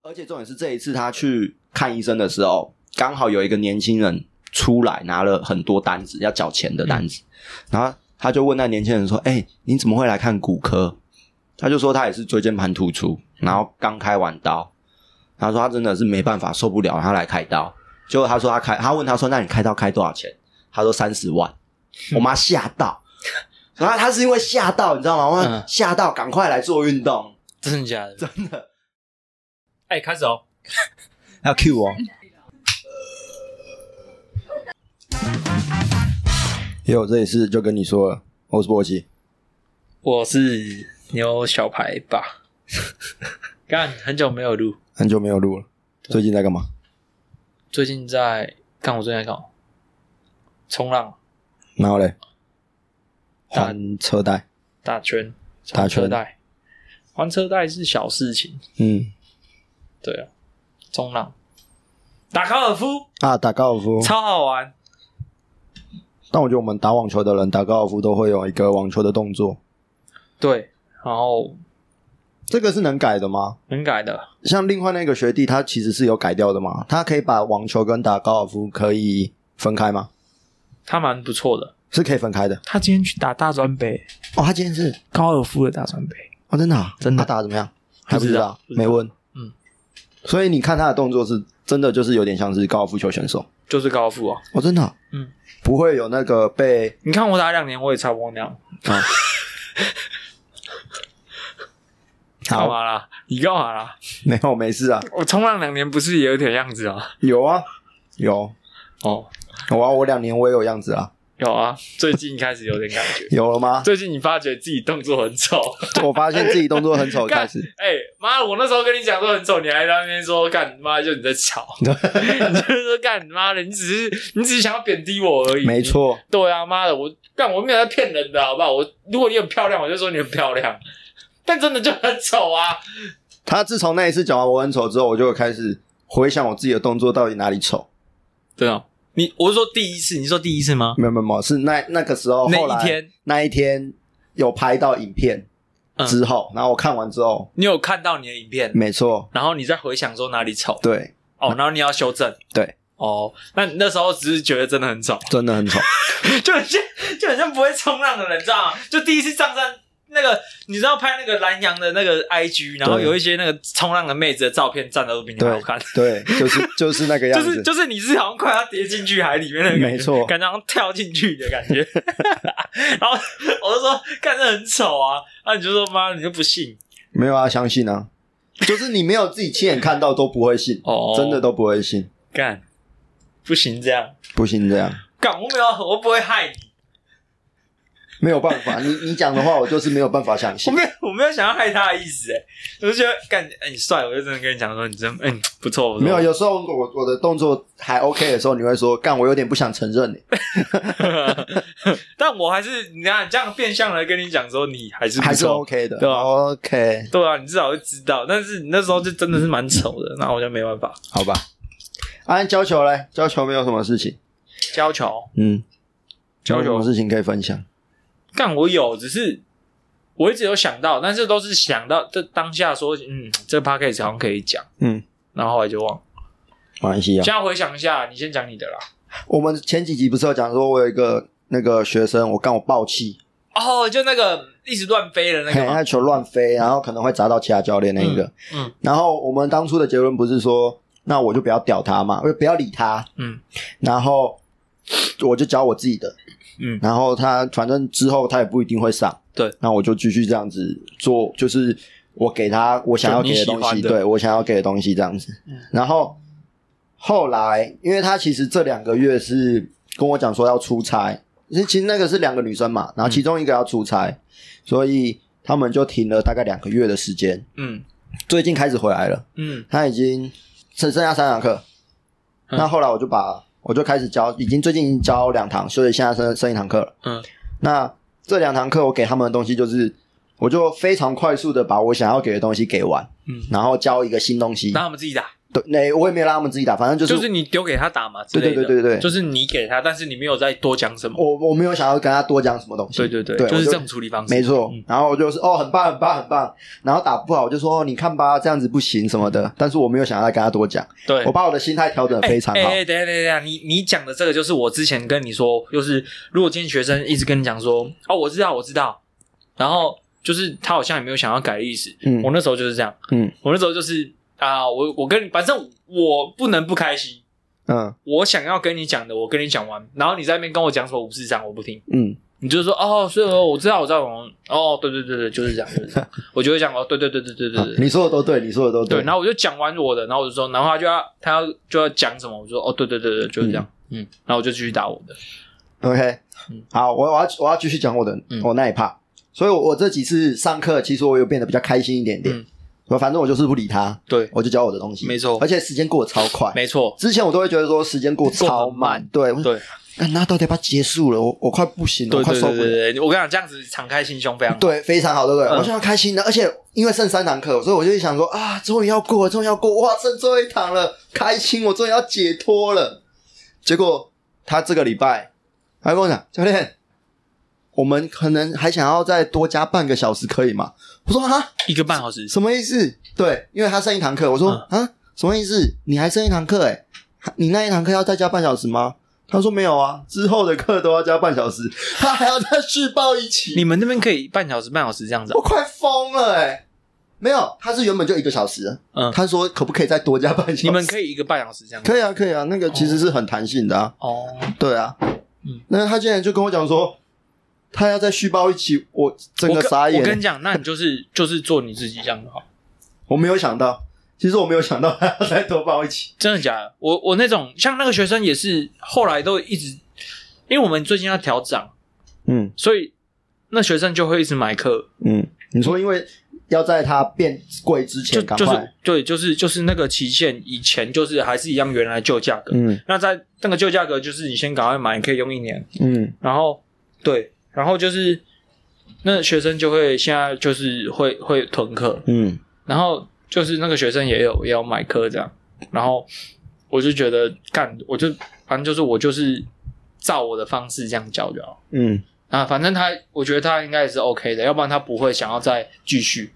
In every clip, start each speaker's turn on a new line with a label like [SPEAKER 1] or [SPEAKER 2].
[SPEAKER 1] 而且重点是这一次他去看医生的时候，刚好有一个年轻人出来拿了很多单子要缴钱的单子，然后他就问那年轻人说：“哎、你怎么会来看骨科？”他就说他也是椎间盘突出，然后刚开完刀，他说他真的是没办法受不了，他来开刀。结果他说他开，他问他说：“那你开刀开多少钱？”他说三十万，我妈吓到，然后他是因为吓到，你知道吗？我妈
[SPEAKER 2] 嗯
[SPEAKER 1] 吓到，赶快来做运动，
[SPEAKER 2] 真的假的？
[SPEAKER 1] 真的。
[SPEAKER 3] 哎，开始哦。
[SPEAKER 1] 要 Q 我。因为我这里是就跟你说了，我是波奇，
[SPEAKER 2] 我是牛小排 吧，干很久没有录，
[SPEAKER 1] 很久没有录了，最近在干嘛？
[SPEAKER 2] 最近在干我最近在干嘛冲浪、
[SPEAKER 1] 然后嘞，
[SPEAKER 2] 打
[SPEAKER 1] 还车贷，
[SPEAKER 2] 打圈、
[SPEAKER 1] 打
[SPEAKER 2] 还
[SPEAKER 1] 圈
[SPEAKER 2] 车贷，还车贷是小事情，
[SPEAKER 1] 嗯，
[SPEAKER 2] 对啊，冲浪、打高尔夫
[SPEAKER 1] 啊，打高尔夫。
[SPEAKER 2] 超好玩，
[SPEAKER 1] 但我觉得我们打网球的人打高尔夫都会有一个网球的动作，
[SPEAKER 2] 对，然后
[SPEAKER 1] 这个是能改的吗？
[SPEAKER 2] 能改的，
[SPEAKER 1] 像另外那个学弟，他其实是有改掉的嘛，他可以把网球跟打高尔夫可以分开吗？
[SPEAKER 2] 他蛮不错的。
[SPEAKER 1] 是可以分开的。
[SPEAKER 2] 他今天去打大专杯，
[SPEAKER 1] 哦，他今天是
[SPEAKER 2] 高尔夫的大专杯，
[SPEAKER 1] 哦，真的、啊，
[SPEAKER 2] 真的
[SPEAKER 1] 他打得怎么样？还
[SPEAKER 2] 不
[SPEAKER 1] 不知
[SPEAKER 2] 知道
[SPEAKER 1] 道，
[SPEAKER 2] 不知道
[SPEAKER 1] 没问。
[SPEAKER 2] 嗯，
[SPEAKER 1] 所以你看他的动作是真的，就是有点像是高尔夫球选手。
[SPEAKER 2] 就是高尔夫啊。
[SPEAKER 1] 哦，真的、
[SPEAKER 2] 嗯，
[SPEAKER 1] 不会有那个 被
[SPEAKER 2] 你看我打两年，我也差不多那样。
[SPEAKER 1] 啊。
[SPEAKER 2] 干
[SPEAKER 1] 好，
[SPEAKER 2] 嘛啦？你干嘛啦？
[SPEAKER 1] 没有，没事啊，
[SPEAKER 2] 我冲浪两年不是也有点样子啊？
[SPEAKER 1] 有啊，有，
[SPEAKER 2] 哦，
[SPEAKER 1] 有啊，我两年我也有样子啊，
[SPEAKER 2] 有啊，最近开始有点感觉。
[SPEAKER 1] 有了吗？
[SPEAKER 2] 最近你发觉自己动作很丑，
[SPEAKER 1] 我发现自己动作很丑，开始
[SPEAKER 2] 哎、妈！我那时候跟你讲说很丑，你还在那边说干妈就你在 吵，你就是说干妈的，你只是你只是想要贬低我而已。
[SPEAKER 1] 没，错，
[SPEAKER 2] 对啊，妈的，我干我没有在骗人的好不好？我如果你很漂亮，我就说你很漂亮， 但真的就很丑啊。
[SPEAKER 1] 他自从那一次讲完我很丑之后，我就开始回想我自己的动作到底哪里丑。
[SPEAKER 2] 真的、哦你我是说第一次，你说第一次吗？哦
[SPEAKER 1] 没有没有没有，是那那个时候后来
[SPEAKER 2] 那一天
[SPEAKER 1] 那一天有拍到影片
[SPEAKER 2] 嗯
[SPEAKER 1] 之后，然后我看完之后，
[SPEAKER 2] 你有看到你的影片，
[SPEAKER 1] 没错，
[SPEAKER 2] 然后你再回想说哪里丑
[SPEAKER 1] 对，
[SPEAKER 2] 哦，然后你要修正。
[SPEAKER 1] 嗯对，
[SPEAKER 2] 哦，那你那时候只是觉得真的很丑，
[SPEAKER 1] 真的很丑。
[SPEAKER 2] 就很像就很像不会冲浪的人，你知道吗？就第一次上山。那个你知道拍那个南洋的那个 IG，然后有一些那个冲浪的妹子的照片，站的都比你好看，
[SPEAKER 1] 对，就是就是那个样
[SPEAKER 2] 就
[SPEAKER 1] 子
[SPEAKER 2] 是。就是你是好像快要跌进去海里面的感觉，
[SPEAKER 1] 没错
[SPEAKER 2] 感觉好像跳进去的感觉。 然后我就说，看这很丑啊，那、你就说妈，你就不信
[SPEAKER 1] 没有啊，相信啊，就是你没有自己亲眼看到都不会信，
[SPEAKER 2] 哦
[SPEAKER 1] 真的都不会信，
[SPEAKER 2] 干，不行这样，
[SPEAKER 1] 不行这样，
[SPEAKER 2] 干我没有，我不会害你，
[SPEAKER 1] 没有办法，你你讲的话我就是没有办法相
[SPEAKER 2] 我
[SPEAKER 1] 信。
[SPEAKER 2] 没有，我没有想要害他的意思，哎，我就觉得干，哎、你帅，我就真的跟你讲说，你真，哎、你不错，不错
[SPEAKER 1] 没有，有时候我我的动作还 OK 的时候，你会说干，我有点不想承认 你，
[SPEAKER 2] 但我还是你看这样变相来跟你讲说，你还是不错
[SPEAKER 1] 还是哦 OK 的，
[SPEAKER 2] 对啊
[SPEAKER 1] o k
[SPEAKER 2] 对啊，你至少会知道。但是你那时候就真的是蛮丑的，那我就没办法。
[SPEAKER 1] 好吧。啊，教球嘞，教球没有什么事情，
[SPEAKER 2] 教球，
[SPEAKER 1] 嗯，
[SPEAKER 2] 教
[SPEAKER 1] 有
[SPEAKER 2] 球
[SPEAKER 1] 什么事情可以分享？
[SPEAKER 2] 干我有，只是我一直有想到，但是都是想到这当下说，嗯，这 p a c k a g e 好像可以讲，
[SPEAKER 1] 嗯，
[SPEAKER 2] 然后后来就忘了。
[SPEAKER 1] 马来西亚
[SPEAKER 2] 现，在回想一下，你先讲你的啦。
[SPEAKER 1] 啊我们前几集不是有讲说，我有一个那个学生，我干我爆气，
[SPEAKER 2] 哦，就那个一直乱飞的那
[SPEAKER 1] 嘿，
[SPEAKER 2] 个吗，
[SPEAKER 1] 那球乱飞，然后可能会砸到其他教练那一个。
[SPEAKER 2] 嗯嗯
[SPEAKER 1] 然后我们当初的结论不是说，那我就不要屌他嘛，我就不要理他。
[SPEAKER 2] 嗯，
[SPEAKER 1] 然后我就教我自己的。
[SPEAKER 2] 嗯
[SPEAKER 1] 然后他反正之后他也不一定会上。
[SPEAKER 2] 对，
[SPEAKER 1] 那我就继续这样子做，就是我给他我想要给的东
[SPEAKER 2] 就你
[SPEAKER 1] 西，
[SPEAKER 2] 喜欢的
[SPEAKER 1] 对我想要给的东西这样子。
[SPEAKER 2] 嗯
[SPEAKER 1] 然后后来，因为他其实这两个月是跟我讲说要出差，因为其实那个是两个女生
[SPEAKER 2] 嗯
[SPEAKER 1] 嘛，然后其中一个要出差，所以他们就停了大概两个月的时间。
[SPEAKER 2] 嗯
[SPEAKER 1] 最近开始回来了，
[SPEAKER 2] 嗯
[SPEAKER 1] 他已经只剩下三堂课。
[SPEAKER 2] 嗯
[SPEAKER 1] 那后来我就把我就开始教，已经最近已经教两堂，所以现在剩剩一堂课了。
[SPEAKER 2] 嗯，
[SPEAKER 1] 那这两堂课我给他们的东西就是，我就非常快速的把我想要给的东西给完，
[SPEAKER 2] 嗯，
[SPEAKER 1] 然后教一个新东西。
[SPEAKER 2] 让他们自己打。
[SPEAKER 1] 对，那我也没有让他们自己打，反正就、
[SPEAKER 2] 就是是你丢给他打嘛之类的，
[SPEAKER 1] 对对对对对
[SPEAKER 2] 就是你给他，但是你没有再多讲什么，
[SPEAKER 1] 我我没有想要跟他多讲什么东西。
[SPEAKER 2] 对对对，
[SPEAKER 1] 对
[SPEAKER 2] 就
[SPEAKER 1] 我
[SPEAKER 2] 是
[SPEAKER 1] 就
[SPEAKER 2] 这种处理方式，
[SPEAKER 1] 没错
[SPEAKER 2] 嗯，
[SPEAKER 1] 然后我就是哦，很棒，很棒，很棒。然后打不好，我就说哦你看吧，这样子不行什么的。但是我没有想要再跟他多讲，
[SPEAKER 2] 对
[SPEAKER 1] 我，把我的心态调整得非常好
[SPEAKER 2] 哎、。哎等一下等一下，你你讲的这个就是我之前跟你说，就是如果今天学生一直跟你讲说，哦，我知道我知道，然后就是他好像也没有想要改的意思，
[SPEAKER 1] 嗯
[SPEAKER 2] 我那时候就是这样，
[SPEAKER 1] 嗯
[SPEAKER 2] 我那时候就是啊，我我跟你，反正我不能不开心。
[SPEAKER 1] 嗯
[SPEAKER 2] 我想要跟你讲的，我跟你讲完，然后你在那边跟我讲什么五四章，我不听，
[SPEAKER 1] 嗯，
[SPEAKER 2] 你就是说哦，所以我我知道我知道，哦，对对对对，就是这样，就是这样，我就会讲哦，对对对对对对
[SPEAKER 1] 好
[SPEAKER 2] 对，
[SPEAKER 1] 你说的都对，你说的都
[SPEAKER 2] 对，然后我就讲完我的，然后我就说，然后他就要他要就要讲什么，我就说哦，对对对对，就是这样，嗯，然后我就继续打我的，
[SPEAKER 1] OK，
[SPEAKER 2] 嗯
[SPEAKER 1] 好，我我要我要继续讲我的
[SPEAKER 2] 嗯
[SPEAKER 1] 我那一趴。所以我，我这几次上课，其实我有变得比较开心一点点
[SPEAKER 2] 嗯。
[SPEAKER 1] 我反正我就是不理他，
[SPEAKER 2] 对，
[SPEAKER 1] 我就教我的东西，
[SPEAKER 2] 没错
[SPEAKER 1] 而且时间过得超快，
[SPEAKER 2] 没错，
[SPEAKER 1] 之前我都会觉得说时间过超
[SPEAKER 2] 过
[SPEAKER 1] 慢
[SPEAKER 2] 很慢，
[SPEAKER 1] 对，我说
[SPEAKER 2] 对
[SPEAKER 1] 干那到底要不要结束了？我我快不行了，我
[SPEAKER 2] 对
[SPEAKER 1] 快
[SPEAKER 2] 对
[SPEAKER 1] 受不
[SPEAKER 2] 对
[SPEAKER 1] 了。
[SPEAKER 2] 对对，我跟你讲，这样子敞开心胸非常好，
[SPEAKER 1] 对，非常好，对不对？
[SPEAKER 2] 嗯
[SPEAKER 1] 我想要开心的，而且因为剩三堂课，所以我就想说啊，终于要过了，终于要过，哇，剩最后一堂了，开心，我终于要解脱了。结果他这个礼拜，他跟我讲，教练，我们可能还想要再多加半个小时，可以吗？我说啊，
[SPEAKER 2] 一个半小时，
[SPEAKER 1] 什么意思？对，因为他剩一堂课，我说、啊，什么意思？你还剩一堂课、欸，哎，你那一堂课要再加半小时吗？他说没有啊，之后的课都要加半小时，他还要再续报一期。
[SPEAKER 2] 你们那边可以半小时半小时这样子啊
[SPEAKER 1] 我，快疯了哎、没有，他是原本就一个小时，
[SPEAKER 2] 嗯
[SPEAKER 1] 他说可不可以再多加半小时？
[SPEAKER 2] 你们可以一个半小时这样子，
[SPEAKER 1] 可以啊，可以啊，那个其实是很弹性的啊，
[SPEAKER 2] 哦，
[SPEAKER 1] 对啊，
[SPEAKER 2] 嗯
[SPEAKER 1] 那他竟然就跟我讲说，他要再续包一起，我整
[SPEAKER 2] 我
[SPEAKER 1] 个
[SPEAKER 2] 跟
[SPEAKER 1] 傻眼，我
[SPEAKER 2] 我跟你讲，那你就是就是做你自己这样就好。
[SPEAKER 1] 没有想到，其实我没有想到他要再多包一起，
[SPEAKER 2] 真的假的？我我那种像那个学生也是，后来都一直，因为我们最近要调涨，
[SPEAKER 1] 嗯
[SPEAKER 2] 所以那学生就会一直买课，
[SPEAKER 1] 嗯，你说因为要在他变贵之
[SPEAKER 2] 就
[SPEAKER 1] 前赶
[SPEAKER 2] 就
[SPEAKER 1] 快，
[SPEAKER 2] 是对，就是就是那个期限以前就是还是一样原来旧价格，
[SPEAKER 1] 嗯
[SPEAKER 2] 那在那个旧价格就是你先赶快买，你可以用一年，
[SPEAKER 1] 嗯
[SPEAKER 2] 然后对，然后就是那学生就会现在就是会会囤课，
[SPEAKER 1] 嗯
[SPEAKER 2] 然后就是那个学生也有也有买课这样，然后我就觉得干，我就反正就是我就是照我的方式这样教就好
[SPEAKER 1] 嗯，
[SPEAKER 2] 啊，反正他我觉得他应该也是 OK 的，要不然他不会想要再继续，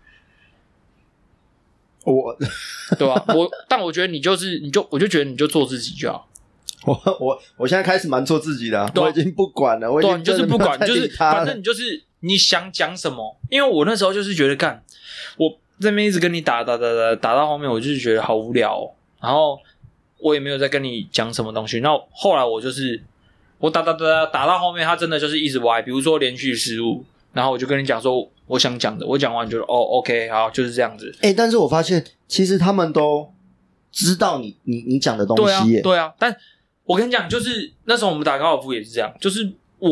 [SPEAKER 1] 我
[SPEAKER 2] 对吧、我但我觉得你就是你就我就觉得你就做自己就好，
[SPEAKER 1] 我我我现在开始蛮做自己的啊、
[SPEAKER 2] 对啊
[SPEAKER 1] 我已经不管了，我已
[SPEAKER 2] 对啊、
[SPEAKER 1] 经
[SPEAKER 2] 你就是
[SPEAKER 1] 真的
[SPEAKER 2] 不
[SPEAKER 1] 没有
[SPEAKER 2] 管，
[SPEAKER 1] 再
[SPEAKER 2] 就
[SPEAKER 1] 理
[SPEAKER 2] 是
[SPEAKER 1] 他
[SPEAKER 2] 反
[SPEAKER 1] 了
[SPEAKER 2] 正你就是你想讲什么，因为我那时候就是觉得干，我这边一直跟你打打打打打到后面，我就是觉得好无聊、哦，然后我也没有再跟你讲什么东西。那后来我就是我打打打打打到后面，他真的就是一直歪，比如说连续失误，然后我就跟你讲说我想讲的，我讲完觉得哦 OK 好就是这样子，
[SPEAKER 1] 哎、但是我发现其实他们都知道你你你讲的东
[SPEAKER 2] 对啊
[SPEAKER 1] 西耶，
[SPEAKER 2] 对啊，但我跟你讲，就是那时候我们打高尔夫也是这样，就是我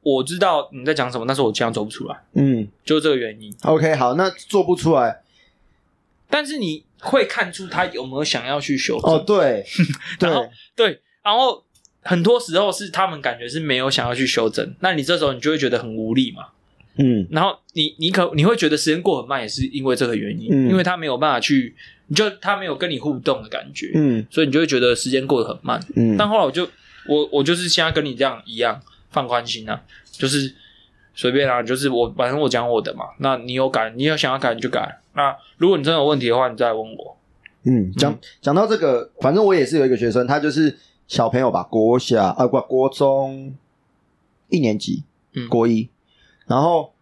[SPEAKER 2] 我知道你在讲什么，但是我尽量做不出来，
[SPEAKER 1] 嗯
[SPEAKER 2] 就是这个原因。
[SPEAKER 1] ，OK，好，那做不出来
[SPEAKER 2] 但是你会看出他有没有想要去修正。
[SPEAKER 1] 哦， 对对
[SPEAKER 2] 然，后对，然后很多时候是他们感觉是没有想要去修正，那你这时候你就会觉得很无力嘛。
[SPEAKER 1] 嗯
[SPEAKER 2] 然后你你可你会觉得时间过很慢，也是因为这个原因，
[SPEAKER 1] 嗯
[SPEAKER 2] 因为他没有办法去，你就他没有跟你互动的感觉，
[SPEAKER 1] 嗯
[SPEAKER 2] 所以你就会觉得时间过得很慢。
[SPEAKER 1] 嗯，
[SPEAKER 2] 但后来我就我我就是现在跟你这样一样放宽心啊，就是随便啊，就是我反正我讲我的嘛，那你有改，你有想要改你就改。那如果你真的有问题的话，你再问我。
[SPEAKER 1] 嗯，讲讲到这个，反正我也是有一个学生，他就是小朋友吧，国小啊，国国中一年级，
[SPEAKER 2] 嗯
[SPEAKER 1] 国一，然后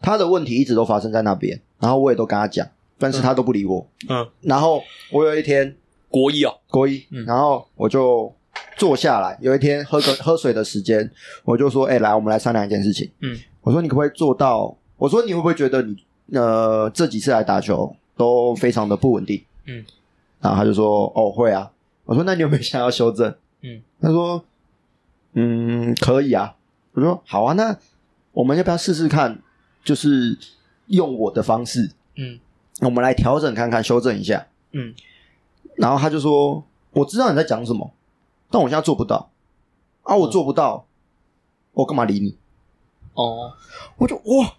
[SPEAKER 1] 他的问题一直都发生在那边，然后我也都跟他讲，但是他都不理我，
[SPEAKER 2] 嗯，
[SPEAKER 1] 然后我有一天
[SPEAKER 2] 国一哦，
[SPEAKER 1] 国一，
[SPEAKER 2] 嗯
[SPEAKER 1] 然后我就坐下来，有一天喝个 喝水的时间，我就说：“哎、来，我们来商量一件事情。”
[SPEAKER 2] 嗯，
[SPEAKER 1] 我说：“你可不可以做到？”我说：“你会不会觉得你呃这几次来打球都非常的不稳定？”
[SPEAKER 2] 嗯，
[SPEAKER 1] 然后他就说：“哦，会啊。”我说：“那你有没有想要修正？”
[SPEAKER 2] 嗯，
[SPEAKER 1] 他说：“嗯，可以啊。”我说：“好啊，那我们要不要试试看？就是用我的方式，
[SPEAKER 2] 嗯，
[SPEAKER 1] 我们来调整看看，修正一下。”
[SPEAKER 2] 嗯，
[SPEAKER 1] 然后他就说：“我知道你在讲什么，但我现在做不到啊，
[SPEAKER 2] 嗯
[SPEAKER 1] 我做不到，我干嘛理你
[SPEAKER 2] 哦，？”
[SPEAKER 1] 我就哇，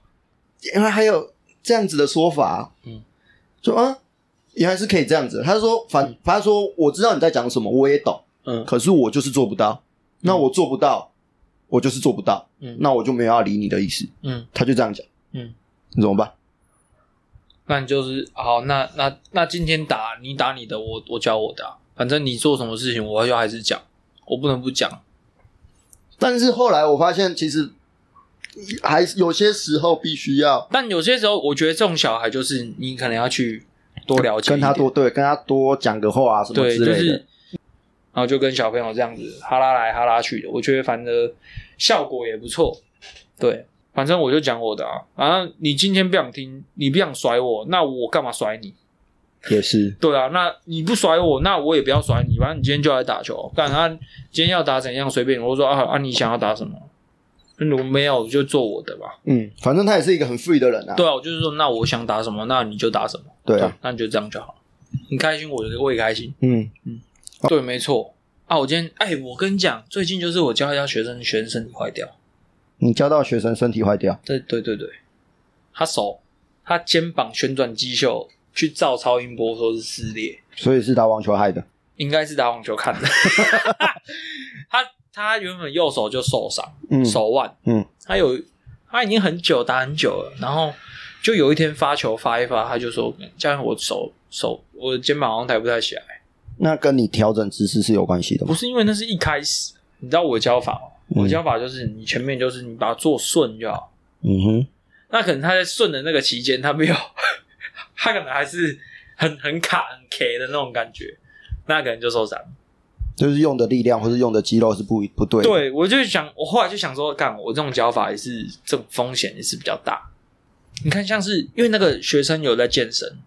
[SPEAKER 1] 原来还有这样子的说法，
[SPEAKER 2] 嗯，
[SPEAKER 1] 说啊，原来是可以这样子。他说反，反正说我知道你在讲什么，我也懂，
[SPEAKER 2] 嗯
[SPEAKER 1] 可是我就是做不到。那我做不到，我就是做不到，
[SPEAKER 2] 嗯
[SPEAKER 1] 那我就没有要理你的意思。
[SPEAKER 2] 嗯，
[SPEAKER 1] 他就这样讲，
[SPEAKER 2] 嗯，
[SPEAKER 1] 你怎么办？
[SPEAKER 2] 那你就是好，那那那今天打你打你的，我我教我的啊、反正你做什么事情，我就还是讲，我不能不讲。
[SPEAKER 1] 但是后来我发现，其实还是有些时候必须要
[SPEAKER 2] 但有些时候，我觉得这种小孩就是你可能要去多了解一点，
[SPEAKER 1] 跟他多对，跟他多讲个话啊什么
[SPEAKER 2] 对，
[SPEAKER 1] 之
[SPEAKER 2] 就
[SPEAKER 1] 类
[SPEAKER 2] 是
[SPEAKER 1] 的。，
[SPEAKER 2] 然后就跟小朋友这样子哈拉来哈拉去的，我觉得反正效果也不错。对，反正我就讲我的啊，反正你今天不想听，你不想甩我，那我干嘛甩你？
[SPEAKER 1] 也是，
[SPEAKER 2] 对啊，那你不甩我，那我也不要甩你，反正你今天就来打球，干啊，今天要打怎样随便你。我说啊啊，你想要打什么？如果没有就做我的吧。
[SPEAKER 1] 嗯，反正他也是一个很 free 的人啊。
[SPEAKER 2] 对啊，我就是说，那我想打什么，那你就打什么。
[SPEAKER 1] 对啊，，
[SPEAKER 2] 那你就这样就好了。你开心，我我也开心。
[SPEAKER 1] 嗯，
[SPEAKER 2] 对，没错啊！我今天哎，我跟你讲，最近就是我教一教学生，学生身体坏掉。
[SPEAKER 1] 你教到学生身体坏掉，
[SPEAKER 2] 对对对对，他手、他肩膀旋转肌袖去照超音波说是撕裂，
[SPEAKER 1] 所以是打网球害的。
[SPEAKER 2] 应该是打网球 看的。他他原本右手就受伤，
[SPEAKER 1] 嗯，
[SPEAKER 2] 手腕，
[SPEAKER 1] 嗯，
[SPEAKER 2] 他有他已经很久打很久了，然后就有一天发球发一发，他就说，加上我手手我的肩膀好像抬不太起来，
[SPEAKER 1] 那跟你调整姿势是有关系的
[SPEAKER 2] 不
[SPEAKER 1] 吗？
[SPEAKER 2] 是因为那是一开始，你知道我的教法吗？
[SPEAKER 1] 嗯
[SPEAKER 2] 我的教法就是你前面就是你把它做顺就好。
[SPEAKER 1] 嗯哼，
[SPEAKER 2] 那可能他在顺的那个期间，他没有， 他可能还是很很卡很 K 的那种感觉，那可能就受伤。
[SPEAKER 1] 就是用的力量或是用的肌肉是不不对的。
[SPEAKER 2] 对，我就想，我后来就想说，干，我这种教法也是这种风险也是比较大。你看，像是因为那个学生有在健身，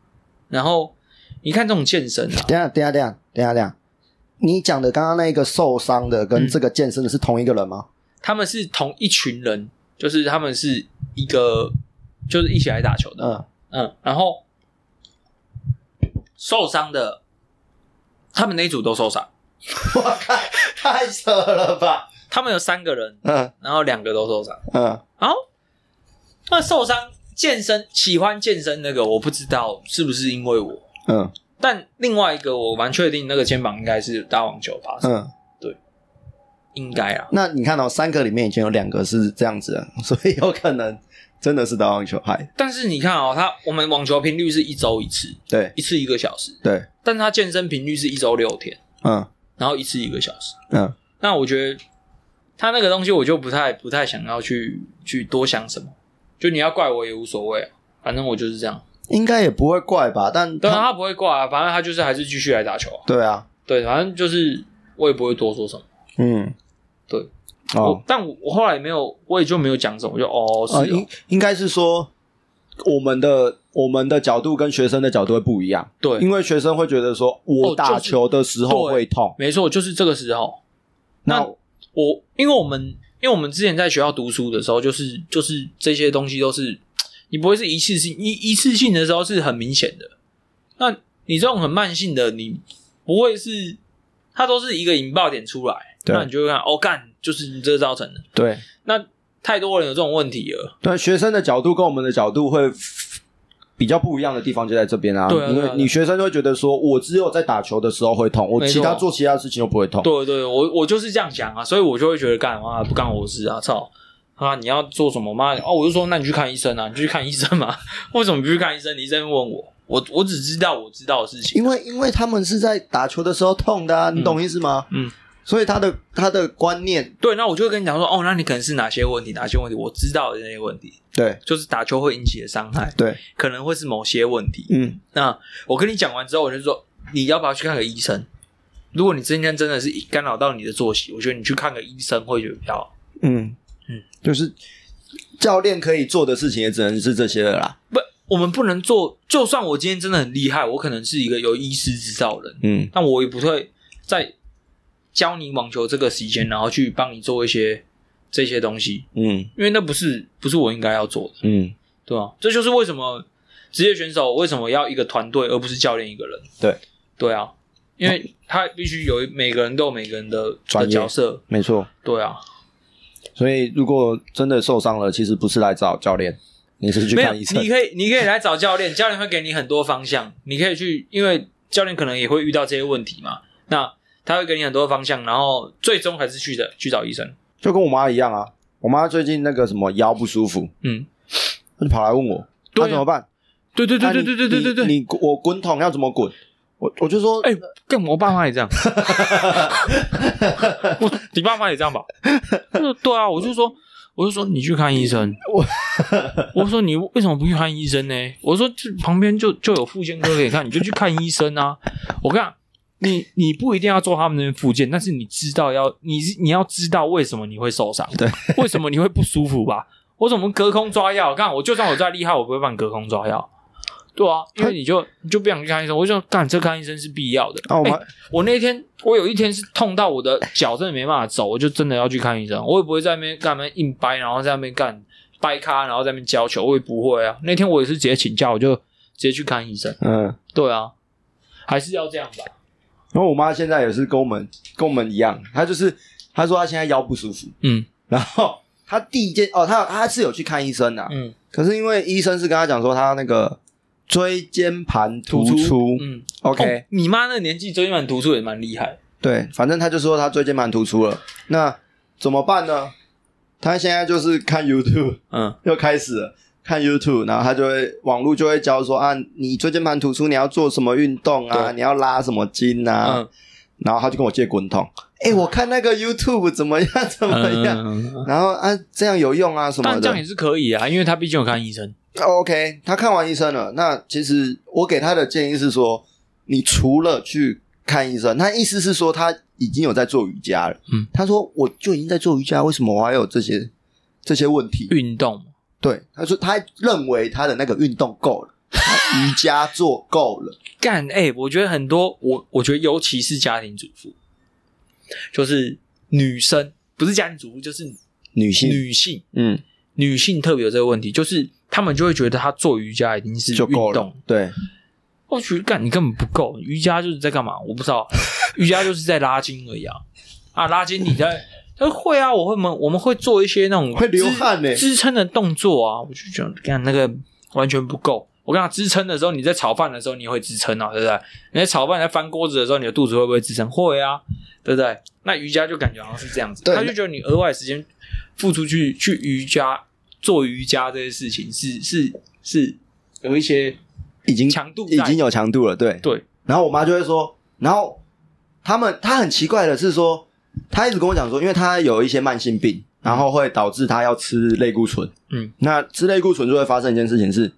[SPEAKER 2] 然后你看这种健身啊，
[SPEAKER 1] 等一下，等一下，等一下，等一下，等一下。你讲的刚刚那个受伤的跟
[SPEAKER 2] 嗯
[SPEAKER 1] 这个健身的是同一个人吗？
[SPEAKER 2] 他们是同一群人，就是他们是一个，就是一起来打球的，
[SPEAKER 1] 嗯
[SPEAKER 2] 嗯，然后受伤的，他们那一组都受伤，
[SPEAKER 1] 我靠，太扯了吧！
[SPEAKER 2] 他们有三个人，
[SPEAKER 1] 嗯
[SPEAKER 2] 然后两个都受伤。
[SPEAKER 1] 嗯，
[SPEAKER 2] 然后那受伤健身喜欢健身那个，我不知道是不是因为我，
[SPEAKER 1] 嗯
[SPEAKER 2] 但另外一个我蛮确定，那个肩膀应该是打网球发生，
[SPEAKER 1] 嗯，
[SPEAKER 2] 应该啊。
[SPEAKER 1] 那你看到、三个里面已经有两个是这样子的， 所以有可能真的是打网球害。
[SPEAKER 2] 但是你看哦，他我们网球频率是一周一次，
[SPEAKER 1] 对
[SPEAKER 2] 一次一个小时，
[SPEAKER 1] 对，
[SPEAKER 2] 但是他健身频率是一周六天，
[SPEAKER 1] 嗯
[SPEAKER 2] 然后一次一个小时。
[SPEAKER 1] 嗯
[SPEAKER 2] 那我觉得他那个东西，我就不太不太想要去去多想什么，就你要怪我也无所谓、啊，反正我就是这样。
[SPEAKER 1] 应该也不会怪吧？但
[SPEAKER 2] 对啊，他不会挂、啊，反正他就是还是继续来打球、啊。
[SPEAKER 1] 对啊，
[SPEAKER 2] 对，反正就是我也不会多说什么。
[SPEAKER 1] 嗯，
[SPEAKER 2] 对。
[SPEAKER 1] 哦
[SPEAKER 2] 我，但我我后来没有，我也就没有讲什么，我就哦
[SPEAKER 1] 呃，
[SPEAKER 2] 是哦
[SPEAKER 1] 应应该是说我们的我们的角度跟学生的角度会不一样，
[SPEAKER 2] 对，
[SPEAKER 1] 因为学生会觉得说我
[SPEAKER 2] 哦
[SPEAKER 1] 打
[SPEAKER 2] 就是
[SPEAKER 1] 球的时候
[SPEAKER 2] 对
[SPEAKER 1] 会痛，
[SPEAKER 2] 没错，就是这个时候。那
[SPEAKER 1] 那
[SPEAKER 2] 我因为我们因为我们之前在学校读书的时候，就是就是这些东西都是你不会是一次性一一次性的时候是很明显的。那你这种很慢性的，你不会是它都是一个引爆点出来，
[SPEAKER 1] 对
[SPEAKER 2] 那你就会看哦干，就是你这造成的。
[SPEAKER 1] 对
[SPEAKER 2] 那太多人有这种问题了，
[SPEAKER 1] 对学生的角度跟我们的角度会 f- 比较不一样的地方就在这边啊，
[SPEAKER 2] 对啊
[SPEAKER 1] 因
[SPEAKER 2] 对
[SPEAKER 1] 为
[SPEAKER 2] 啊
[SPEAKER 1] 你学生就会觉得说我只有在打球的时候会痛，我
[SPEAKER 2] 没
[SPEAKER 1] 其他
[SPEAKER 2] 错
[SPEAKER 1] 做其他事情都不会痛，
[SPEAKER 2] 对对，我我就是这样想啊，所以我就会觉得干嘛不干我的事啊，操啊！你要做什么妈哦，我就说那你去看医生啊，你去看医生嘛。 为什么不去看医生？你在那边问我，我我只知道我知道的事情。
[SPEAKER 1] 因为因为他们是在打球的时候痛的啊，你懂意思吗？
[SPEAKER 2] 嗯，
[SPEAKER 1] 所以他的他的观念
[SPEAKER 2] 对，那我就会跟你讲说，哦，那你可能是哪些问题，哪些问题，我知道的那些问题，
[SPEAKER 1] 对
[SPEAKER 2] 就是打球会引起的伤害，
[SPEAKER 1] 对，
[SPEAKER 2] 可能会是某些问题。
[SPEAKER 1] 嗯
[SPEAKER 2] 那我跟你讲完之后，我就说你要不要去看个医生？如果你今天真的是干扰到你的作息，我觉得你去看个医生会比较好。
[SPEAKER 1] 嗯
[SPEAKER 2] 嗯，
[SPEAKER 1] 就是教练可以做的事情也只能是这些了啦。
[SPEAKER 2] 不，我们不能做。就算我今天真的很厉害，我可能是一个有医师执照的人，
[SPEAKER 1] 嗯，
[SPEAKER 2] 但我也不会在教你网球这个时间，然后去帮你做一些这些东西，
[SPEAKER 1] 嗯
[SPEAKER 2] 因为那不是不是我应该要做的，
[SPEAKER 1] 嗯，
[SPEAKER 2] 对吧？这就是为什么职业选手为什么要一个团队，而不是教练一个人。
[SPEAKER 1] 对，
[SPEAKER 2] 对啊，因为他必须有每个人都有每个人的
[SPEAKER 1] 专
[SPEAKER 2] 的
[SPEAKER 1] 业
[SPEAKER 2] 角色，
[SPEAKER 1] 没错。
[SPEAKER 2] 对啊，
[SPEAKER 1] 所以如果真的受伤了，其实不是来找教练，你是去
[SPEAKER 2] 没有，
[SPEAKER 1] 看医生
[SPEAKER 2] 你？可以你可以来找教练，教练会给你很多方向，你可以去，因为教练可能也会遇到这些问题嘛，那他会给你很多方向，然后最终还是去的去找医生。
[SPEAKER 1] 就跟我妈一样啊，我妈最近那个什么腰不舒服，
[SPEAKER 2] 嗯，
[SPEAKER 1] 她就跑来问我，
[SPEAKER 2] 对
[SPEAKER 1] 那
[SPEAKER 2] 啊
[SPEAKER 1] 怎么办？
[SPEAKER 2] 对对对对对对对对
[SPEAKER 1] 啊
[SPEAKER 2] 对。
[SPEAKER 1] 你你你我滚筒要怎么滚？我我就说，
[SPEAKER 2] 哎，跟我爸妈也 这样，我你爸妈也这样吧？对啊，我就说，我就说你去看医生。
[SPEAKER 1] 我
[SPEAKER 2] 我说你为什么不去看医生呢？我说这旁边就就有复健科可以看，你就去看医生啊。我跟你讲，你你不一定要做他们那边复健，但是你知道要你你要知道为什么你会受伤，
[SPEAKER 1] 对，
[SPEAKER 2] 为什么你会不舒服吧？我怎么隔空抓药？我看我就算我再厉害，我不会帮你隔空抓药。对啊，因为你就你就不想去看医生，我就想干这看医生是必要的。
[SPEAKER 1] 啊，我妈
[SPEAKER 2] 哎我那天我有一天是痛到我的脚真的没办法走，我就真的要去看医生。我也不会在那边干嘛硬掰，然后在那边干掰咖，然后在那边教球，我也不会啊。那天我也是直接请假，我就直接去看医生。
[SPEAKER 1] 嗯，
[SPEAKER 2] 对啊，还是要这样吧。
[SPEAKER 1] 然后我妈现在也是跟我们跟我们一样，她就是她说她现在腰不舒服，
[SPEAKER 2] 嗯
[SPEAKER 1] 然后她第一件哦，她她是有去看医生的、啊，
[SPEAKER 2] 嗯
[SPEAKER 1] 可是因为医生是跟她讲说她那个椎间盘突出
[SPEAKER 2] 突出嗯
[SPEAKER 1] o k
[SPEAKER 2] 哦你妈那个年纪椎间盘突出也蛮厉害。
[SPEAKER 1] 对，反正她就说她椎间盘突出了，那怎么办呢？她现在就是看 YouTube
[SPEAKER 2] 嗯
[SPEAKER 1] 又开始了。看 YouTube，然后她就会网络就会教说啊，你椎间盘突出，你要做什么运动啊？
[SPEAKER 2] 对
[SPEAKER 1] 你要拉什么筋啊？
[SPEAKER 2] 嗯
[SPEAKER 1] 然后他就跟我借滚筒，哎、我看那个 YouTube 怎么样 怎么样，
[SPEAKER 2] 嗯，
[SPEAKER 1] 然后啊这样有用啊什么
[SPEAKER 2] 但这
[SPEAKER 1] 的
[SPEAKER 2] 样也是可以啊，因为她毕竟有看医生。
[SPEAKER 1] 啊，OK，他看完医生了，那其实我给他的建议是说，你除了去看医生，他意思是说他已经有在做瑜伽了，
[SPEAKER 2] 嗯，
[SPEAKER 1] 他说我就已经在做瑜伽，为什么我还有这些这些问题？
[SPEAKER 2] 运动
[SPEAKER 1] 对，他说他认为他的那个运动够了，他瑜伽做够了，
[SPEAKER 2] 干哎、欸我觉得很多我我觉得尤其是家庭主妇，就是女生不是家庭主妇就是
[SPEAKER 1] 嗯女性，
[SPEAKER 2] 女性，
[SPEAKER 1] 嗯，
[SPEAKER 2] 女性特别有这个问题，就是她们就会觉得她做瑜伽已经是
[SPEAKER 1] 就
[SPEAKER 2] 运
[SPEAKER 1] 够了
[SPEAKER 2] 动。，
[SPEAKER 1] 对，
[SPEAKER 2] 我去干，你根本不够，瑜伽就是在干嘛？我不知道，瑜伽就是在拉筋而已啊！啊，拉筋你在。他会啊，我会们我们会做一些那种
[SPEAKER 1] 会流
[SPEAKER 2] 支
[SPEAKER 1] 汗呢
[SPEAKER 2] 支撑的动作啊，我就觉得干那个完全不够。我跟你讲，支撑的时候，你在炒饭的时候你会支撑啊，对不对？你在炒饭、在翻锅子的时候，你的肚子会不会支撑？会啊，对不对？那瑜伽就感觉好像是这样子，
[SPEAKER 1] 对
[SPEAKER 2] 他就觉得你额外的时间付出去去瑜伽做瑜伽这些事情是是是有一些
[SPEAKER 1] 已经
[SPEAKER 2] 强度在
[SPEAKER 1] 已经有强度了，对，
[SPEAKER 2] 对，
[SPEAKER 1] 然后我妈就会说，然后他们她很奇怪的是说，她一直跟我讲说，因为她有一些慢性病，然后会导致她要吃类固醇。
[SPEAKER 2] 嗯，
[SPEAKER 1] 那吃类固醇就会发生一件事情是，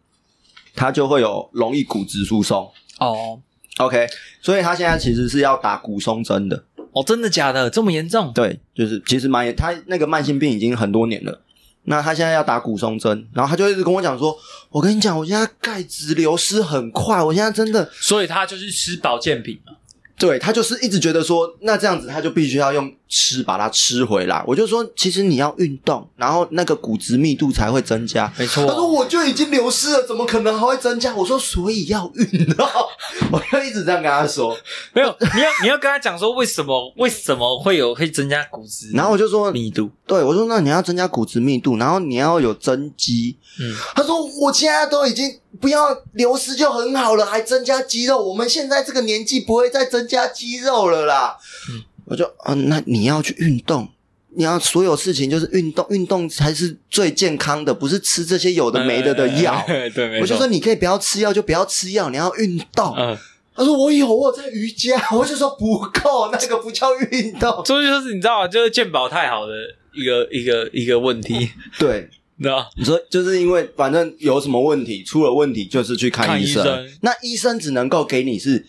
[SPEAKER 1] 她就会有容易骨质疏松。
[SPEAKER 2] 哦
[SPEAKER 1] OK，所以她现在其实是要打骨松针的。
[SPEAKER 2] 哦，真的假的？这么严重？
[SPEAKER 1] 对，就是其实蛮她那个慢性病已经很多年了。那她现在要打骨松针，然后她就一直跟我讲说：“我跟你讲，我现在钙质流失很快，我现在真的
[SPEAKER 2] 所以他就是吃保健品嘛。
[SPEAKER 1] 对他就是一直觉得说，那这样子他就必须要用吃把它吃回来。我就说，其实你要运动，然后那个骨质密度才会增加。
[SPEAKER 2] 没
[SPEAKER 1] 他
[SPEAKER 2] 错
[SPEAKER 1] 说我就已经流失了，怎么可能还会增加？我说所以要运动， 我就一直这样跟他说。
[SPEAKER 2] 没有，你要你要跟他讲说为什么为什么会有会增加骨质，
[SPEAKER 1] 然后我就说，
[SPEAKER 2] 密度，
[SPEAKER 1] 对我说那你要增加骨质密度，然后你要有增肌。
[SPEAKER 2] 嗯，
[SPEAKER 1] 他说我现在都已经不要流失就很好了，还增加肌肉。我们现在这个年纪不会再增加肌肉了啦。
[SPEAKER 2] 嗯
[SPEAKER 1] 我就嗯、那你要去运动，你要所有事情就是运动，运动才是最健康的，不是吃这些有的没的
[SPEAKER 2] 哎
[SPEAKER 1] 的药。
[SPEAKER 2] 对，没错。
[SPEAKER 1] 我就说你可以不要吃药，就不要吃药，你要运动。
[SPEAKER 2] 嗯，
[SPEAKER 1] 他说我有，我有在瑜伽。我就说不够，那个不叫运动。
[SPEAKER 2] 这就是你知道吗？就是健保太好的一个一个一个问题，
[SPEAKER 1] 对，
[SPEAKER 2] 你知道？
[SPEAKER 1] 你说就是因为反正有什么问题，出了问题就是去看
[SPEAKER 2] 看
[SPEAKER 1] 医
[SPEAKER 2] 医
[SPEAKER 1] 生。
[SPEAKER 2] 生
[SPEAKER 1] 那医生只能够给你是，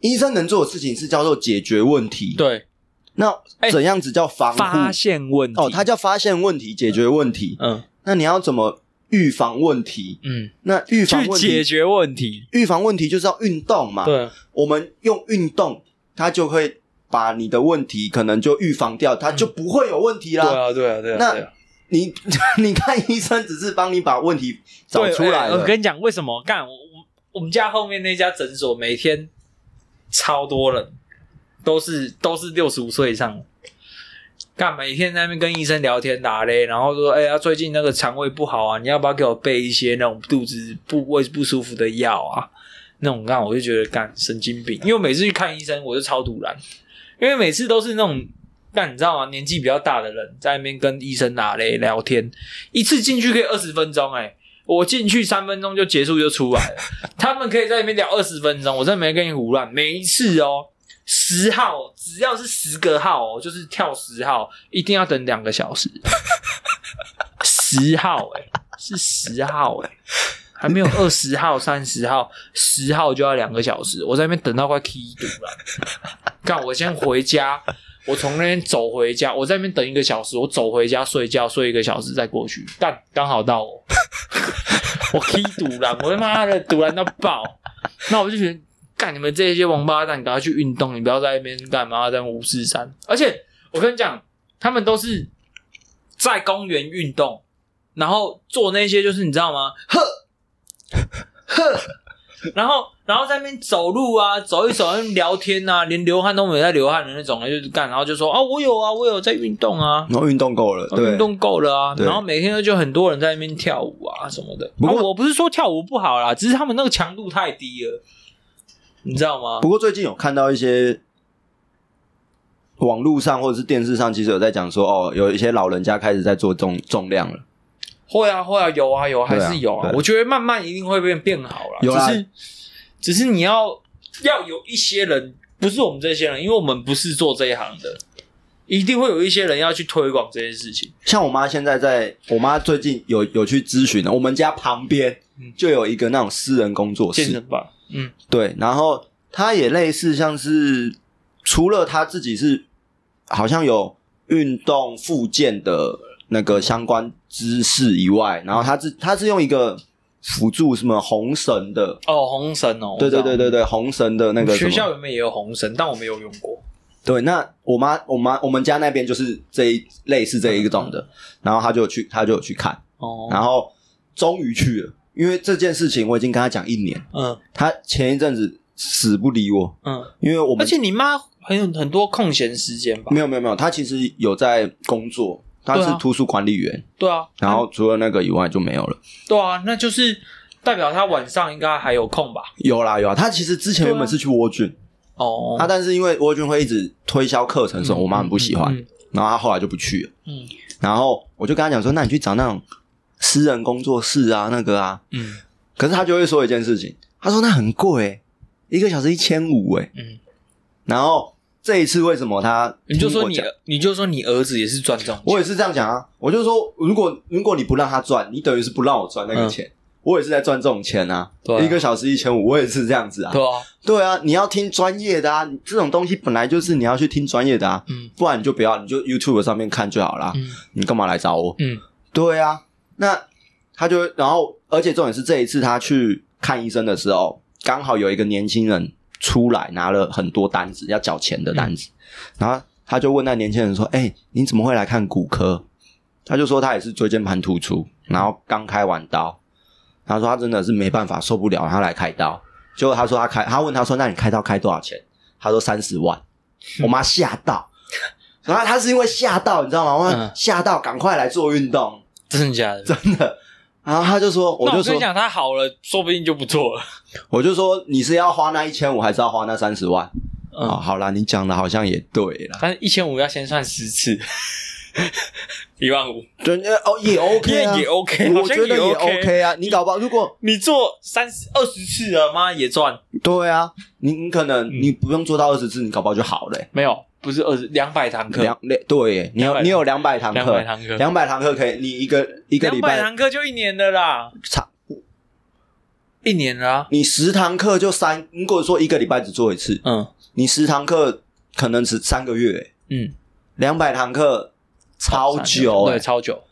[SPEAKER 1] 医生能做的事情是叫做解决问题。，
[SPEAKER 2] 对，
[SPEAKER 1] 那
[SPEAKER 2] 哎
[SPEAKER 1] 怎样子叫防护？
[SPEAKER 2] 发现问题。
[SPEAKER 1] 哦，他叫发现问题，解决问题。
[SPEAKER 2] 嗯
[SPEAKER 1] 那你要怎么预防问题？
[SPEAKER 2] 嗯，
[SPEAKER 1] 那预防
[SPEAKER 2] 去
[SPEAKER 1] 问
[SPEAKER 2] 解
[SPEAKER 1] 题，啊
[SPEAKER 2] 决问题。
[SPEAKER 1] 预防问题就是要运动嘛。，
[SPEAKER 2] 对，
[SPEAKER 1] 我们用运动，它就会把你的问题可能就预防掉，它就不会有问题
[SPEAKER 2] 嗯对
[SPEAKER 1] 啦。
[SPEAKER 2] 啊，对啊，对啊。
[SPEAKER 1] 那
[SPEAKER 2] 对啊
[SPEAKER 1] 你 你看医生只是帮你把问题找
[SPEAKER 2] 对
[SPEAKER 1] 出来
[SPEAKER 2] 哎
[SPEAKER 1] 了。
[SPEAKER 2] 我跟你讲，为什么？干我我我们家后面那家诊所每天超多人，都是都是六十五岁以上的，干每天在那边跟医生聊天打嘞，然后说，哎、呀，最近那个肠胃不好啊，你要不要给我备一些那种肚子部位不舒服的药啊？那种干我就觉得干神经病，因为我每次去看医生，我就超突然，因为每次都是那种。但你知道吗？年纪比较大的人在那边跟医生打嘞聊天，一次进去可以二十分钟、哎，我进去三分钟就结束就出来了，他们可以在里面聊二十分钟，我真的没跟你胡乱。每一次哦，十号哦只要是十个号哦，就是跳十号，一定要等两个小时。十号哎、是十号哎、还没有二十号、三十号，十号就要两个小时，我在那边等到快 K 堵了。干，我先回家，我从那边走回家，我在那边等一个小时，我走回家睡觉，睡一个小时再过去，但刚好到哦我。我 K 堵了，我他妈的堵然到爆。那我就觉得，干你们这些王八蛋，你赶快去运动，你不要在那边干嘛在那边五四三。而且我跟你讲，他们都是在公园运动，然后做那些就是你知道吗？呵呵，然后然后在那边走路啊，走一走，在那边聊天啊，连流汗都没有在流汗的那种，就是干，然后就说啊，我有啊，我有在运动啊，
[SPEAKER 1] 然后运动够了，
[SPEAKER 2] 哦
[SPEAKER 1] 对
[SPEAKER 2] 运，动够了啊，
[SPEAKER 1] 对
[SPEAKER 2] 然后每天就很多人在那边跳舞啊什么的。
[SPEAKER 1] 不过
[SPEAKER 2] 啊我不是说跳舞不好啦，只是他们那个强度太低了，你知道吗？
[SPEAKER 1] 不过最近有看到一些网络上或者是电视上，其实有在讲说，哦，有一些老人家开始在做重重量了。
[SPEAKER 2] 会啊会啊，有啊有啊，还
[SPEAKER 1] 对啊
[SPEAKER 2] 是有啊。
[SPEAKER 1] 对
[SPEAKER 2] 我觉得慢慢一定会变变好啦，
[SPEAKER 1] 有啊
[SPEAKER 2] 只是只是你要要有一些人，不是我们这些人，因为我们不是做这一行的，一定会有一些人要去推广这件事情。
[SPEAKER 1] 像我妈现在在，我妈最近有有去咨询了，我们家旁边
[SPEAKER 2] 嗯
[SPEAKER 1] 就有一个那种私人工作
[SPEAKER 2] 健
[SPEAKER 1] 室，
[SPEAKER 2] 身吧，嗯，
[SPEAKER 1] 对，然后他也类似像是除了他自己是好像有运动复健的那个相关知识以外，然后他是他是用一个辅助什么红绳的，
[SPEAKER 2] 哦，红绳哦，
[SPEAKER 1] 对对对
[SPEAKER 2] 对，
[SPEAKER 1] 对对，红绳的那个什
[SPEAKER 2] 学
[SPEAKER 1] 么
[SPEAKER 2] 校里面也有红绳，但我没有用过。
[SPEAKER 1] 对，那我妈我妈我们家那边就是这一类似这一种的，然后他就去他就有去看，
[SPEAKER 2] 嗯哦，
[SPEAKER 1] 然后终于去了，因为这件事情我已经跟他讲一年，
[SPEAKER 2] 嗯
[SPEAKER 1] 他前一阵子死不理我，
[SPEAKER 2] 嗯，
[SPEAKER 1] 因为我
[SPEAKER 2] 而
[SPEAKER 1] 们
[SPEAKER 2] 且你妈很有很多空闲时间吧？
[SPEAKER 1] 没有没有没有，他其实有在工作，他
[SPEAKER 2] 对
[SPEAKER 1] 是
[SPEAKER 2] 啊
[SPEAKER 1] 图书管理员，
[SPEAKER 2] 对啊，
[SPEAKER 1] 然后除了那个以外就没有了。
[SPEAKER 2] 对啊，那就是代表她晚上应该还有空吧？
[SPEAKER 1] 有啦有啦，他其实之前原本是去
[SPEAKER 2] 啊
[SPEAKER 1] 窝菌，
[SPEAKER 2] 哦，
[SPEAKER 1] 他但是因为窝菌会一直推销课程什么，我妈很不喜欢，
[SPEAKER 2] 嗯
[SPEAKER 1] 然后他后来就不去了。
[SPEAKER 2] 嗯
[SPEAKER 1] 然后我就跟他讲说，那你去找那种私人工作室啊，那个啊。
[SPEAKER 2] 嗯
[SPEAKER 1] 可是他就会说一件事情，他说那很贵、欸，一个小时一千五哎。
[SPEAKER 2] 嗯，
[SPEAKER 1] 然后这一次为什么他
[SPEAKER 2] 你就说
[SPEAKER 1] 听我
[SPEAKER 2] 你
[SPEAKER 1] 讲，
[SPEAKER 2] 你就说你儿子也是赚这种钱，
[SPEAKER 1] 我也是这样讲啊，我就说如果如果你不让他赚，你等于是不让我赚那个钱。我也是在赚这种钱啊，
[SPEAKER 2] 嗯对啊
[SPEAKER 1] 一个小时一千五，我也是这样子啊。
[SPEAKER 2] 对啊，
[SPEAKER 1] 对啊，你要听专业的啊，你这种东西本来就是你要去听专业的啊，
[SPEAKER 2] 嗯
[SPEAKER 1] 不然你就不要，你就 YouTube 上面看就好啦。
[SPEAKER 2] 嗯
[SPEAKER 1] 你干嘛来找我？
[SPEAKER 2] 嗯
[SPEAKER 1] 对啊，那他就然后，而且重点是这一次他去看医生的时候，刚好有一个年轻人出来拿了很多单子要缴钱的单子，然后他就问那年轻人说：“哎、你怎么会来看骨科？”他就说他也是椎间盘突出，然后刚开完刀，他说他真的是没办法受不了，他来开刀。结果他说他开，他问他说：“那你开刀开多少钱？”他说三十万，我妈吓到。然后他是因为吓到，你知道吗？
[SPEAKER 2] 嗯
[SPEAKER 1] 我吓到，赶快来做运动。
[SPEAKER 2] 真的假的？
[SPEAKER 1] 真的。然后他就说，我
[SPEAKER 2] 那
[SPEAKER 1] 就
[SPEAKER 2] 跟
[SPEAKER 1] 说
[SPEAKER 2] 你，讲，他好了，说不定就不做了。
[SPEAKER 1] 我就说，你是要花那一千五，还是要花那三十万？啊、
[SPEAKER 2] 嗯，
[SPEAKER 1] 好啦，你讲的好像也对啦，
[SPEAKER 2] 但一千五要先算十次，一万五，
[SPEAKER 1] 对，呃哦， 也 OK 啊，
[SPEAKER 2] 也 OK，
[SPEAKER 1] 我觉得也 OK 啊。你搞不好，如果
[SPEAKER 2] 你做三十二十次了，妈也赚。
[SPEAKER 1] 对啊，你你可能
[SPEAKER 2] 嗯
[SPEAKER 1] 你不用做到二十次，你搞不好就好了、欸。
[SPEAKER 2] 没有，不是二十两百堂课，
[SPEAKER 1] 两两对耶，你有
[SPEAKER 2] 200
[SPEAKER 1] 你有两百堂
[SPEAKER 2] 嗯两百
[SPEAKER 1] 课，
[SPEAKER 2] 堂课，
[SPEAKER 1] 两百堂课可以，你一个一个礼
[SPEAKER 2] 200
[SPEAKER 1] 拜
[SPEAKER 2] 堂课就一年的啦，
[SPEAKER 1] 差，
[SPEAKER 2] 一年啦、
[SPEAKER 1] 你十堂课就三，如果说一个礼拜只做一次，
[SPEAKER 2] 嗯
[SPEAKER 1] 你十堂课可能只三个月、欸，
[SPEAKER 2] 嗯，
[SPEAKER 1] 两百堂课超久、欸，
[SPEAKER 2] 对，超久。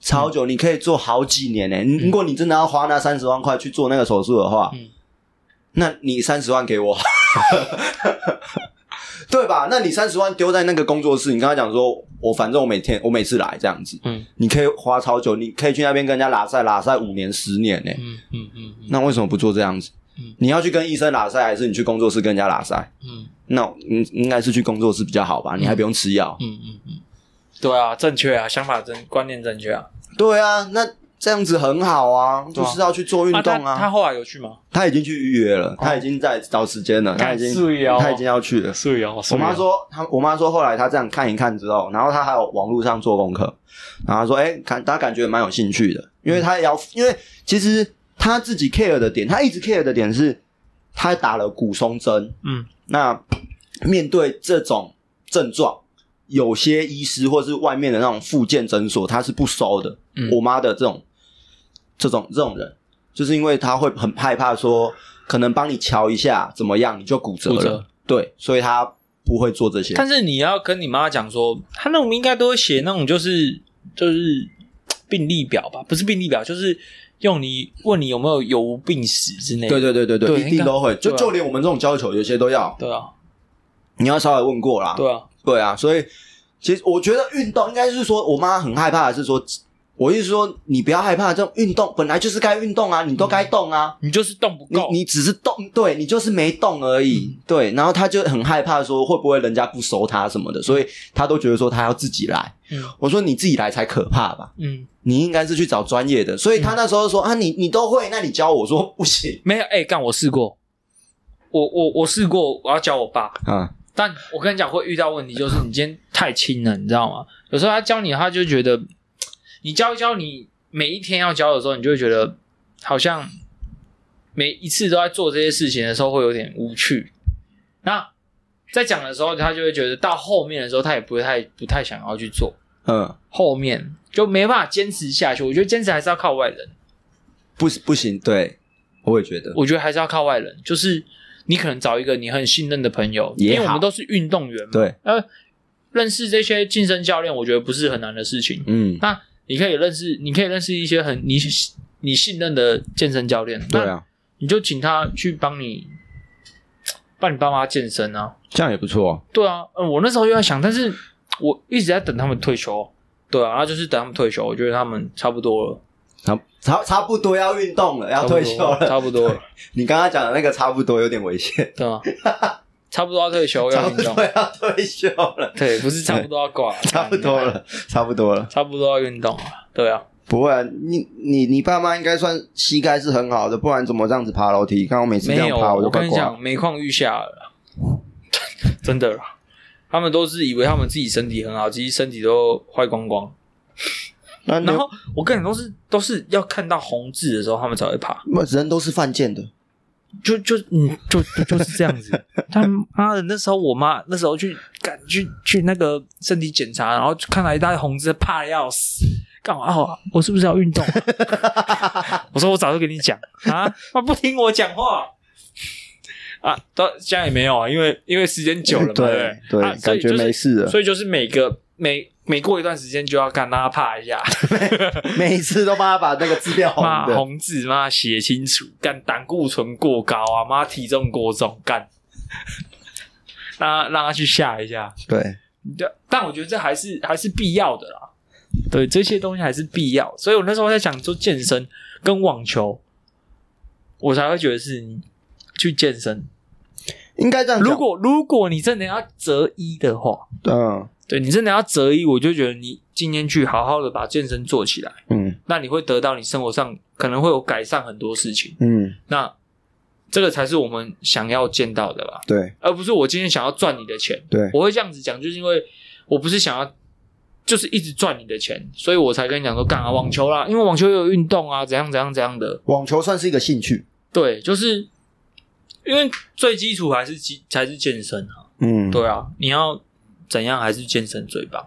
[SPEAKER 1] 超久，你可以做好几年呢、你如果你真的要花那三十万块去做那个手术的话，
[SPEAKER 2] 嗯
[SPEAKER 1] 那你三十万给我， 对吧？那你三十万丢在那个工作室，你刚才讲说，我反正我每天我每次来这样子，
[SPEAKER 2] 嗯
[SPEAKER 1] 你可以花超久，你可以去那边跟人家拉赛，拉赛五年十年呢、
[SPEAKER 2] 嗯嗯嗯
[SPEAKER 1] 那为什么不做这样子
[SPEAKER 2] 嗯？
[SPEAKER 1] 你要去跟医生拉赛，还是你去工作室跟人家拉赛？
[SPEAKER 2] 嗯
[SPEAKER 1] 那应应该是去工作室比较好吧？你还不用吃药，
[SPEAKER 2] 嗯嗯嗯，对啊，正确啊，想法正观念正确啊。
[SPEAKER 1] 对啊，那这样子很好啊，
[SPEAKER 2] 对
[SPEAKER 1] 就
[SPEAKER 2] 啊
[SPEAKER 1] 是要去做运动
[SPEAKER 2] 他他
[SPEAKER 1] 啊。
[SPEAKER 2] 后来有去吗？
[SPEAKER 1] 他已经去预约了，他已经在找时间了，他已经
[SPEAKER 2] 哦是哦
[SPEAKER 1] 他已经要去了。
[SPEAKER 2] 是有，啊
[SPEAKER 1] 我妈说，她我妈说，后来她这样看一看之后，然后她还有网络上做功课，然后她说，哎、感她感觉蛮有兴趣的，因为
[SPEAKER 2] 嗯
[SPEAKER 1] 她也要，因为其实她自己 care 的点，她一直 care 的点是，她打了骨松针，
[SPEAKER 2] 嗯，
[SPEAKER 1] 那面对这种症状，有些医师或是外面的那种复健诊所，他是不收的。
[SPEAKER 2] 嗯
[SPEAKER 1] 我妈的这种这种这种人，就是因为他会很害怕说，可能帮你瞧一下怎么样，你就骨折
[SPEAKER 2] 骨
[SPEAKER 1] 了。
[SPEAKER 2] 折
[SPEAKER 1] 对，所以他不会做这些。
[SPEAKER 2] 但是你要跟你妈讲说，她那种应该都会写那种就是就是病历表吧，不是病历表，就是用你问你有没有有无病史之类的。
[SPEAKER 1] 对对对对对，
[SPEAKER 2] 对
[SPEAKER 1] 一定都会。就
[SPEAKER 2] 对啊
[SPEAKER 1] 就连我们这种教球，有些都要，
[SPEAKER 2] 对啊，
[SPEAKER 1] 你要稍微问过啦。
[SPEAKER 2] 对啊，
[SPEAKER 1] 对啊，所以其实我觉得运动应该是说，我妈很害怕的是说，我意思说你不要害怕，这种运动本来就是该运动啊，你都该动啊，
[SPEAKER 2] 你就是动不
[SPEAKER 1] 你
[SPEAKER 2] 够，
[SPEAKER 1] 你只是动，对你就是没动而已，对。然后她就很害怕说会不会人家不收她什么的，所以她都觉得说她要自己来。
[SPEAKER 2] 嗯
[SPEAKER 1] 我说你自己来才可怕吧，
[SPEAKER 2] 嗯，
[SPEAKER 1] 你应该是去找专业的。所以她那时候说、啊，你你都会，那你教我我说不行
[SPEAKER 2] 没有，哎、干我试过，我我我试过，我要教我爸，
[SPEAKER 1] 啊，
[SPEAKER 2] 但我跟你讲会遇到问题，就是你今天太轻了，你知道吗？有时候他教你，他就觉得你教一教你每一天要教的时候，你就会觉得好像每一次都在做这些事情的时候会有点无趣。那在讲的时候，他就会觉得到后面的时候，他也不会太不太想要去做，
[SPEAKER 1] 嗯，
[SPEAKER 2] 后面就没办法坚持下去。我觉得坚持还是要靠外人，
[SPEAKER 1] 不不行，对，我也觉得，
[SPEAKER 2] 我觉得还是要靠外人，就是你可能找一个你很信任的朋友，
[SPEAKER 1] 也
[SPEAKER 2] 因
[SPEAKER 1] 好
[SPEAKER 2] 为我们都是运动员嘛，
[SPEAKER 1] 对，
[SPEAKER 2] 呃，认识这些健身教练，我觉得不是很难的事情。
[SPEAKER 1] 嗯，
[SPEAKER 2] 那你可以认识，你可以认识一些很你你信任的健身教练，
[SPEAKER 1] 对，啊，
[SPEAKER 2] 你就请他去帮你帮你爸妈健身啊。
[SPEAKER 1] 这样也不错、
[SPEAKER 2] 对啊，嗯，我那时候又在想，但是我一直在等他们退休。对啊，然后就是等他们退休，我觉得他们差不多了，
[SPEAKER 1] 差差差不多要运动了，要退休了。
[SPEAKER 2] 差不多了，
[SPEAKER 1] 你刚刚讲的那个差不多有点危险，
[SPEAKER 2] 对啊， 差不多要退休
[SPEAKER 1] 差
[SPEAKER 2] 要
[SPEAKER 1] 不
[SPEAKER 2] 运动
[SPEAKER 1] 多，要退休了，
[SPEAKER 2] 对，不是差不多要挂，
[SPEAKER 1] 差不多，了，差不多了。
[SPEAKER 2] 差不多要运动啊，对啊，
[SPEAKER 1] 不会、啊，你你你爸妈应该算膝盖是很好的，不然怎么这样子爬楼梯？刚刚每次这
[SPEAKER 2] 没
[SPEAKER 1] 样
[SPEAKER 2] 有，
[SPEAKER 1] 爬就
[SPEAKER 2] 我
[SPEAKER 1] 快
[SPEAKER 2] 跟你
[SPEAKER 1] 挂。
[SPEAKER 2] 讲，每况愈下了，真的啦。他们都是以为他们自己身体很好，其实身体都坏光光。
[SPEAKER 1] 那你
[SPEAKER 2] 然后我跟你都是都是要看到红字的时候，他们才会爬。
[SPEAKER 1] 人都是犯贱的，
[SPEAKER 2] 就就嗯，就就就是这样子。他妈的，那时候我妈那时候去赶去去那个身体检查，然后看到一大堆红字，怕的要死。干嘛、啊？我是不是要运动啊、 我说我早就跟你讲啊，他不听我讲话啊。到现在也没有啊，因为因为时间久了嘛，
[SPEAKER 1] 对
[SPEAKER 2] 不啊、所
[SPEAKER 1] 感
[SPEAKER 2] 以就
[SPEAKER 1] 觉
[SPEAKER 2] 是
[SPEAKER 1] 没事了，
[SPEAKER 2] 所以就是每个每每过一段时间就要干，让他怕一下，
[SPEAKER 1] 每次都帮他把那个字变红
[SPEAKER 2] 妈
[SPEAKER 1] 的。
[SPEAKER 2] 红字妈写清楚，干胆固醇过高啊，妈体重过重，干， 让他让他去吓一下。
[SPEAKER 1] 对，
[SPEAKER 2] 对，但我觉得这还是还是必要的啦。对，这些东西还是必要，所以我那时候在想，做健身跟网球，我才会觉得是你去健身。
[SPEAKER 1] 应该这样讲。
[SPEAKER 2] 如果如果你真的要择一的话，
[SPEAKER 1] 嗯
[SPEAKER 2] 对你真的要择一，我就觉得你今天去好好的把健身做起来，
[SPEAKER 1] 嗯
[SPEAKER 2] 那你会得到你生活上可能会有改善很多事情。
[SPEAKER 1] 嗯，
[SPEAKER 2] 那这个才是我们想要见到的吧，
[SPEAKER 1] 对
[SPEAKER 2] 而不是我今天想要赚你的钱。
[SPEAKER 1] 对
[SPEAKER 2] 我会这样子讲，就是因为我不是想要，就是一直赚你的钱，所以我才跟你讲说干啊网球啦，因为网球也有运动啊，怎样怎样怎样的。
[SPEAKER 1] 网球算是一个兴趣。
[SPEAKER 2] 对，就是因为最基础还是基才是健身啊。
[SPEAKER 1] 嗯，
[SPEAKER 2] 对啊，你要怎样还是健身最棒，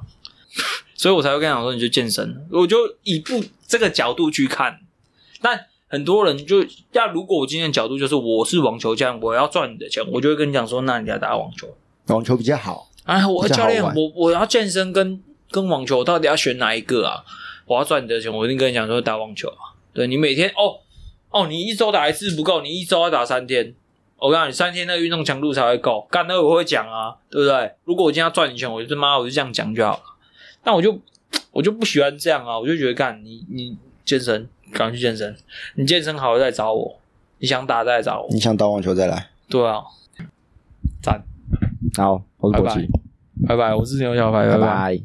[SPEAKER 2] 所以我才会跟你讲说你就健身，我就以不这个角度去看，但。很多人就要，如果我今天的角度就是我是网球教练，我要赚你的钱，我就会跟你讲说，那你来打网球。
[SPEAKER 1] 网球比较好。
[SPEAKER 2] 哎，我
[SPEAKER 1] 比较好
[SPEAKER 2] 教练，
[SPEAKER 1] 玩
[SPEAKER 2] 我我要健身跟跟网球，我到底要选哪一个啊？我要赚你的钱，我一定跟你讲说打网球啊。对你每天哦哦，你一周打一次不够，你一周要打三天。我告诉你，三天那个运动强度才会够。干那个我会讲啊，对不对？如果我今天要赚你钱，我就妈我就这样讲就好了。但我就我就不喜欢这样啊，我就觉得干你你健身，赶快去健身，你健身好了再找我，你想打再来找我。
[SPEAKER 1] 你想打网球再来。
[SPEAKER 2] 对啊，赞，
[SPEAKER 1] 好，我
[SPEAKER 2] 是博基拜拜，我是牛小白，拜
[SPEAKER 1] 拜。